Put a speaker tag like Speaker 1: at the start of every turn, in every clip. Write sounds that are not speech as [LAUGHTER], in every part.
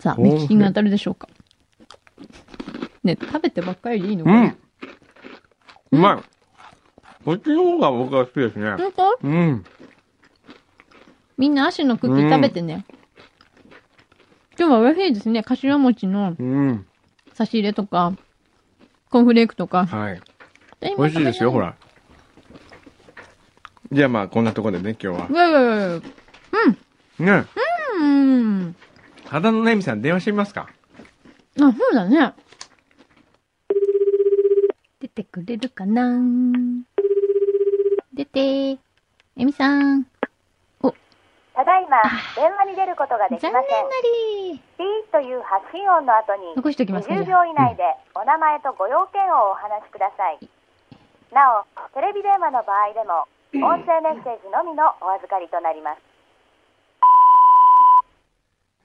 Speaker 1: さあ、
Speaker 2: ほう
Speaker 1: ミキキンが当たるでしょうか。ね、食べてばっかりでいいの
Speaker 2: う
Speaker 1: か
Speaker 2: ん
Speaker 1: な
Speaker 2: うまいこっちの方が僕は好きですね。
Speaker 1: 本当
Speaker 2: うん。
Speaker 1: みんな足のクッキー食べてね。今日は嬉しいですね。頭餅の
Speaker 2: うん。
Speaker 1: 差し入れとか、コーンフレークとか。
Speaker 2: はい。
Speaker 1: 美
Speaker 2: 美味しいですよ、ほ。ら。じゃあまあ、こんなところでね、今日は
Speaker 1: う。わうわうわうわ。
Speaker 2: ね、
Speaker 1: うん。
Speaker 2: 肌のねみさん電話してみますか
Speaker 1: あ、そうだね。出てくれるかな出て。えみさん。
Speaker 3: ただいま、電話に出ることができません
Speaker 1: 残念。なり。
Speaker 3: ピーという発信音の後に、
Speaker 1: 残しときますかじゃあ
Speaker 3: 20秒以内でお名前とご用件をお話しください。なお、テレビ電話の場合でも、音声メッセージのみのお預かりとなります。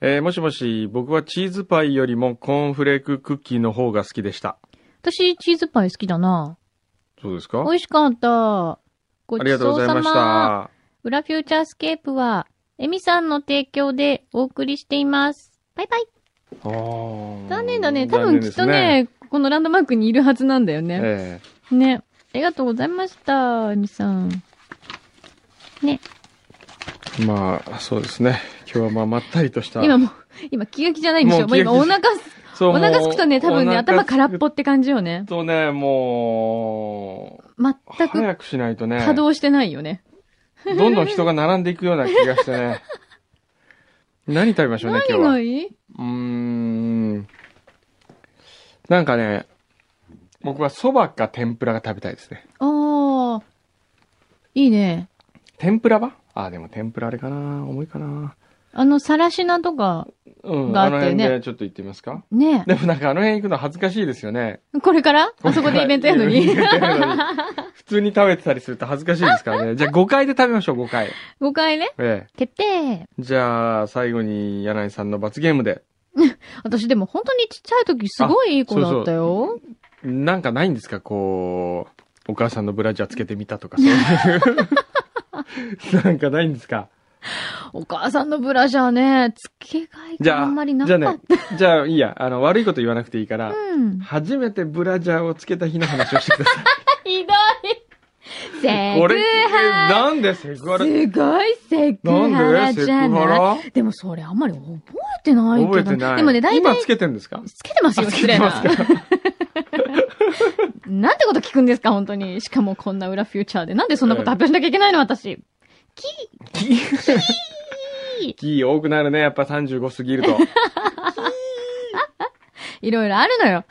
Speaker 2: えー、もしもし、僕はチーズパイよりもコーンフレーククッキーの方が好きでした。
Speaker 1: 私、チーズパイ好きだな。
Speaker 2: そうですか
Speaker 1: 美味しかった。ご
Speaker 2: あ
Speaker 1: ち
Speaker 2: り
Speaker 1: そうさま。
Speaker 2: がとうございました。
Speaker 1: 裏フューチャースケープは、エミさんの提供でお送りしています。バイバイ。残
Speaker 2: 残
Speaker 1: 念だね。多分きっとね、このランドマークにいるはずなんだよね。
Speaker 2: え
Speaker 1: ね。ありがとうございました、エミさん。
Speaker 2: えまあ、そうですね。今日はまあ、まったりとした。
Speaker 1: 今もう、今気が気じゃないんでしょ。
Speaker 2: も
Speaker 1: も
Speaker 2: う
Speaker 1: う
Speaker 2: 気が
Speaker 1: 今
Speaker 2: 気
Speaker 1: お腹す、
Speaker 2: そう
Speaker 1: お腹すくとね、多分ね、頭空っぽ
Speaker 2: っ
Speaker 1: って感じよね。
Speaker 2: とね、もう、
Speaker 1: 全く
Speaker 2: 早くしないとね、
Speaker 1: 稼働してないよね。
Speaker 2: どんどん人が並んでいくような気がして
Speaker 1: [LAUGHS]
Speaker 2: ね。何食べましょうね、今
Speaker 1: 何
Speaker 2: 日は。
Speaker 1: がいいう
Speaker 2: ーん。なんかね、僕は蕎麦か天ぷらが食べたいですね。
Speaker 1: ああ。いいね。
Speaker 2: 天ぷらはあ、でも天ぷらあれかな重いかな
Speaker 1: あの、さらしなとか、
Speaker 2: うん。
Speaker 1: があ
Speaker 2: あ
Speaker 1: って
Speaker 2: の
Speaker 1: ね
Speaker 2: 辺でちょっと行ってみますか
Speaker 1: ね
Speaker 2: でもなんかあの辺行くの恥ずかしいですよね。
Speaker 1: これからあそこでイベントやるの
Speaker 2: [LAUGHS] イベ
Speaker 1: に
Speaker 2: ン。トやるのに普通に食べてたりすると恥ずかしいですからね。じゃあ5回で食べましょう、5回。
Speaker 1: 5回ね。
Speaker 2: ええ。
Speaker 1: 決定。
Speaker 2: じゃあ、最後に柳井さんの罰ゲームで。
Speaker 1: 私でも本当にちっちゃい時すごいいい子だったよ。
Speaker 2: なんかないんですかこう、お母さんのブラジャーつけてみたとか、そう
Speaker 1: [LAUGHS]
Speaker 2: いう。なんかないんですか
Speaker 1: お母さんのブラジャーね、付け替え
Speaker 2: じ
Speaker 1: が
Speaker 2: ゃ
Speaker 1: あ
Speaker 2: あ、
Speaker 1: んまりな
Speaker 2: じ
Speaker 1: か
Speaker 2: ゃ
Speaker 1: っ
Speaker 2: あ
Speaker 1: た。
Speaker 2: ね、じゃあいいや、あの、悪いこと言わなくていいから、
Speaker 1: うん。
Speaker 2: 初めてブラジャーをつけた日の話をしてください。
Speaker 1: ひどい。セ
Speaker 2: こ
Speaker 1: ク
Speaker 2: れ、え
Speaker 1: ハ
Speaker 2: なんでセクハ
Speaker 1: ラ。
Speaker 2: ラ、
Speaker 1: すごいセクハ
Speaker 2: な
Speaker 1: ラ
Speaker 2: んでセ
Speaker 1: じ
Speaker 2: ク
Speaker 1: ゃない。
Speaker 2: ハ
Speaker 1: でもそれあんまり覚えてな
Speaker 2: ラ
Speaker 1: いけど。
Speaker 2: 覚えてない。
Speaker 1: でもね、大
Speaker 2: 今
Speaker 1: 体
Speaker 2: つけてん
Speaker 1: [LAUGHS]
Speaker 2: ですか
Speaker 1: つけてますよ、
Speaker 2: あつ
Speaker 1: 失
Speaker 2: け
Speaker 1: 礼
Speaker 2: て
Speaker 1: な [LAUGHS]
Speaker 2: ます。か
Speaker 1: なんてこと聞くんですか、本当に。しかもこんな裏フューチャーで。なんでそんなこと発表しなきゃいけないの、私。
Speaker 2: キ [LAUGHS] ー。キー多くなるね、やっぱ35過ぎると。
Speaker 1: いろいろあるの
Speaker 2: [LAUGHS]
Speaker 1: よ。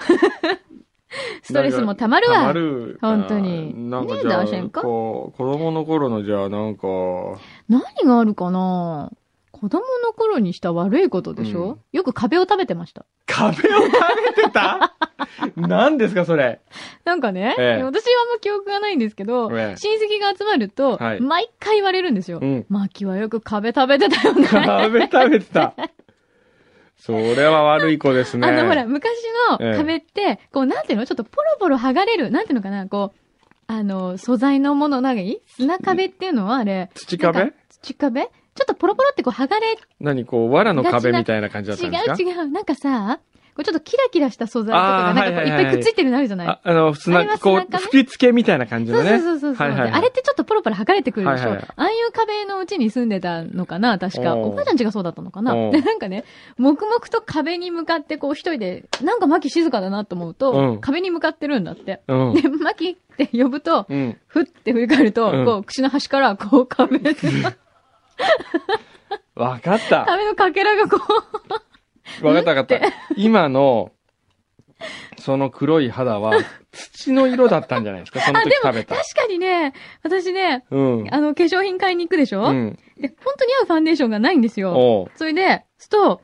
Speaker 1: ストレスも溜まるわ。
Speaker 2: たまる。
Speaker 1: 本当に
Speaker 2: あーなんか
Speaker 1: ねえ
Speaker 2: じゃ
Speaker 1: どうせんか
Speaker 2: あ、こう、子供の頃のじゃあなんか、
Speaker 1: 何があるかな子供の頃にした悪いことでし
Speaker 2: う
Speaker 1: ょ
Speaker 2: ん、
Speaker 1: よく壁を食べてました。
Speaker 2: 壁を食べてた
Speaker 1: [LAUGHS]
Speaker 2: 何ですかそれ。
Speaker 1: なんかね、
Speaker 2: ええ
Speaker 1: 私はあんま記憶がないんですけど、
Speaker 2: ええ
Speaker 1: 親戚が集まると、
Speaker 2: はい
Speaker 1: 毎回言われるんですよ。
Speaker 2: うん。
Speaker 1: マキはよく壁食べてたよ
Speaker 2: [LAUGHS]
Speaker 1: ね。
Speaker 2: 壁食べてた。それは悪い子ですね。
Speaker 1: あの、ほら、昔の
Speaker 2: ええ
Speaker 1: 壁って、こう、なんていうのちょっとポロポロ剥がれる。なんていうのかなこう、あの、素材のもの、なんかいい砂壁っていうのはあれ、
Speaker 2: 土
Speaker 1: なん
Speaker 2: 壁
Speaker 1: か土壁ちょっとポロポロってこう剥がれ、
Speaker 2: 何こう、藁の壁みたいな感じだったんですか
Speaker 1: 違う違う。なんかさ、こうちょっとキラキラした素材とかが
Speaker 2: あー
Speaker 1: なんかこ
Speaker 2: は
Speaker 1: う
Speaker 2: い
Speaker 1: いっ
Speaker 2: はいはい
Speaker 1: ぱいくっついてるのあるじゃない
Speaker 2: ああの、普通
Speaker 1: あれは
Speaker 2: な、
Speaker 1: 砂
Speaker 2: こ
Speaker 1: 壁
Speaker 2: う、吹き付けみたいな感じ
Speaker 1: そ
Speaker 2: の
Speaker 1: う
Speaker 2: ね。
Speaker 1: そうそうそう、
Speaker 2: はいはいはい
Speaker 1: であれってちょっとポロポロ剥がれてくるでしょ、
Speaker 2: はいはい
Speaker 1: ああいう壁のうちに住んでたのかな確か。
Speaker 2: おー
Speaker 1: おばあちゃんちがそうだったのかな
Speaker 2: おー
Speaker 1: で、なんかね、黙々と壁に向かってこう一人で、なんかマキ静かだなと思うと、
Speaker 2: うん
Speaker 1: 壁に向かってるんだって。
Speaker 2: うん。
Speaker 1: で、マキって呼ぶと、
Speaker 2: うん。
Speaker 1: ふって振り返ると、
Speaker 2: うん
Speaker 1: こう、口の端から、こう、壁、
Speaker 2: わか
Speaker 1: [LAUGHS]
Speaker 2: った。
Speaker 1: 壁のかけらがこ
Speaker 2: [LAUGHS]
Speaker 1: う、
Speaker 2: わかったわかった。今の、その黒い肌は、土の色だったんじゃないですかその時食べた。
Speaker 1: 確かにね、私ね、
Speaker 2: うん。
Speaker 1: あの、化粧品買いに行くでしょ、
Speaker 2: うん。
Speaker 1: で、本当に合うファンデーションがないんですよ。
Speaker 2: おう。
Speaker 1: それで、すと、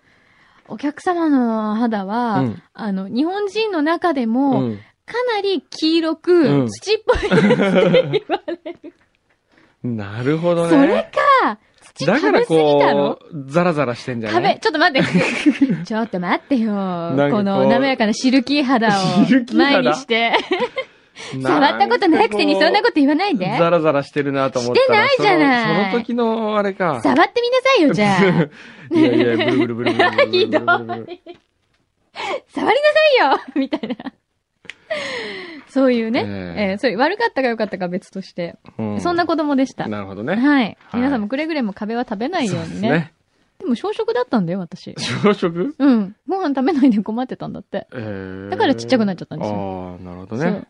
Speaker 1: お客様の肌は、
Speaker 2: うん
Speaker 1: あの、日本人の中で
Speaker 2: う
Speaker 1: も、
Speaker 2: ん。
Speaker 1: かなり黄色く、
Speaker 2: うん
Speaker 1: 土っ
Speaker 2: [LAUGHS]
Speaker 1: ぽいって言われる。
Speaker 2: なるほどね。
Speaker 1: それか土
Speaker 2: だ
Speaker 1: 食
Speaker 2: か
Speaker 1: べ
Speaker 2: ら
Speaker 1: すぎた
Speaker 2: こ
Speaker 1: の
Speaker 2: う、ザラザラしてんじゃ
Speaker 1: 食
Speaker 2: ない
Speaker 1: べ、ちょっと待って。 [LAUGHS] ちょっと待ってよ。
Speaker 2: かこう
Speaker 1: この滑らかなシルキー肌を
Speaker 2: シルキー肌
Speaker 1: 前にして。
Speaker 2: なん
Speaker 1: 触
Speaker 2: か
Speaker 1: ったことないくせにそんなこと言わないで。
Speaker 2: ザラザラしてるなと思ったら。
Speaker 1: してないじゃない
Speaker 2: そのその時のあれか。
Speaker 1: 触ってみなさいよ、
Speaker 2: [LAUGHS]
Speaker 1: じゃあ。
Speaker 2: いやいや、ブルブルブルブルブルブルブル。
Speaker 1: [LAUGHS] ひどい。触りなさいよみたいな。そういうね、
Speaker 2: え
Speaker 1: え
Speaker 2: え
Speaker 1: ーそういう悪かったか良かったかは別として、
Speaker 2: う
Speaker 1: そんな子供でした。
Speaker 2: なるほどね。
Speaker 1: はい。
Speaker 2: はい
Speaker 1: 皆さんもくれぐれも壁は食べないよう
Speaker 2: そうで
Speaker 1: に
Speaker 2: す
Speaker 1: ね。
Speaker 2: ね。。
Speaker 1: でも小食だったんだよ、私
Speaker 2: 朝食
Speaker 1: うん。ご飯食べないで困ってたんだって。
Speaker 2: えー
Speaker 1: だからちっちゃくなっちゃったんですよ
Speaker 2: ああ、なるほど
Speaker 1: そ
Speaker 2: ね
Speaker 1: う。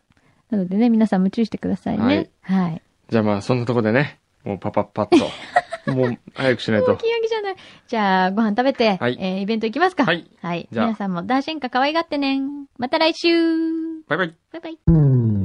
Speaker 1: なのでね、皆さんも注意してくださいね。はい。
Speaker 2: じゃあまあ、そんなとこでね、もうパパッパッ [LAUGHS] と。もう、早くしない
Speaker 1: 大
Speaker 2: と
Speaker 1: き。い焼きじゃない。じゃあ、ご飯食べて、
Speaker 2: はい
Speaker 1: えーイベント行きますか。
Speaker 2: はい。
Speaker 1: はい。
Speaker 2: じゃあ
Speaker 1: 皆さんもダーシェンカ可愛がってね。また来週
Speaker 2: バイバイ。
Speaker 1: バイバイ。
Speaker 4: うん